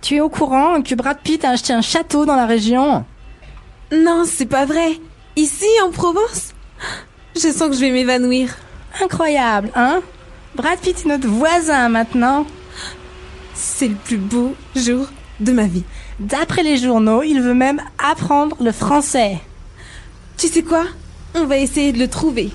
tu es au courant que Brad Pitt a acheté un château dans la région Non, c'est pas vrai. Ici, en Provence Je sens que je vais m'évanouir. Incroyable, hein Brad Pitt est notre voisin maintenant. C'est le plus beau jour de ma vie. D'après les journaux, il veut même apprendre le français. Tu sais quoi On va essayer de le trouver.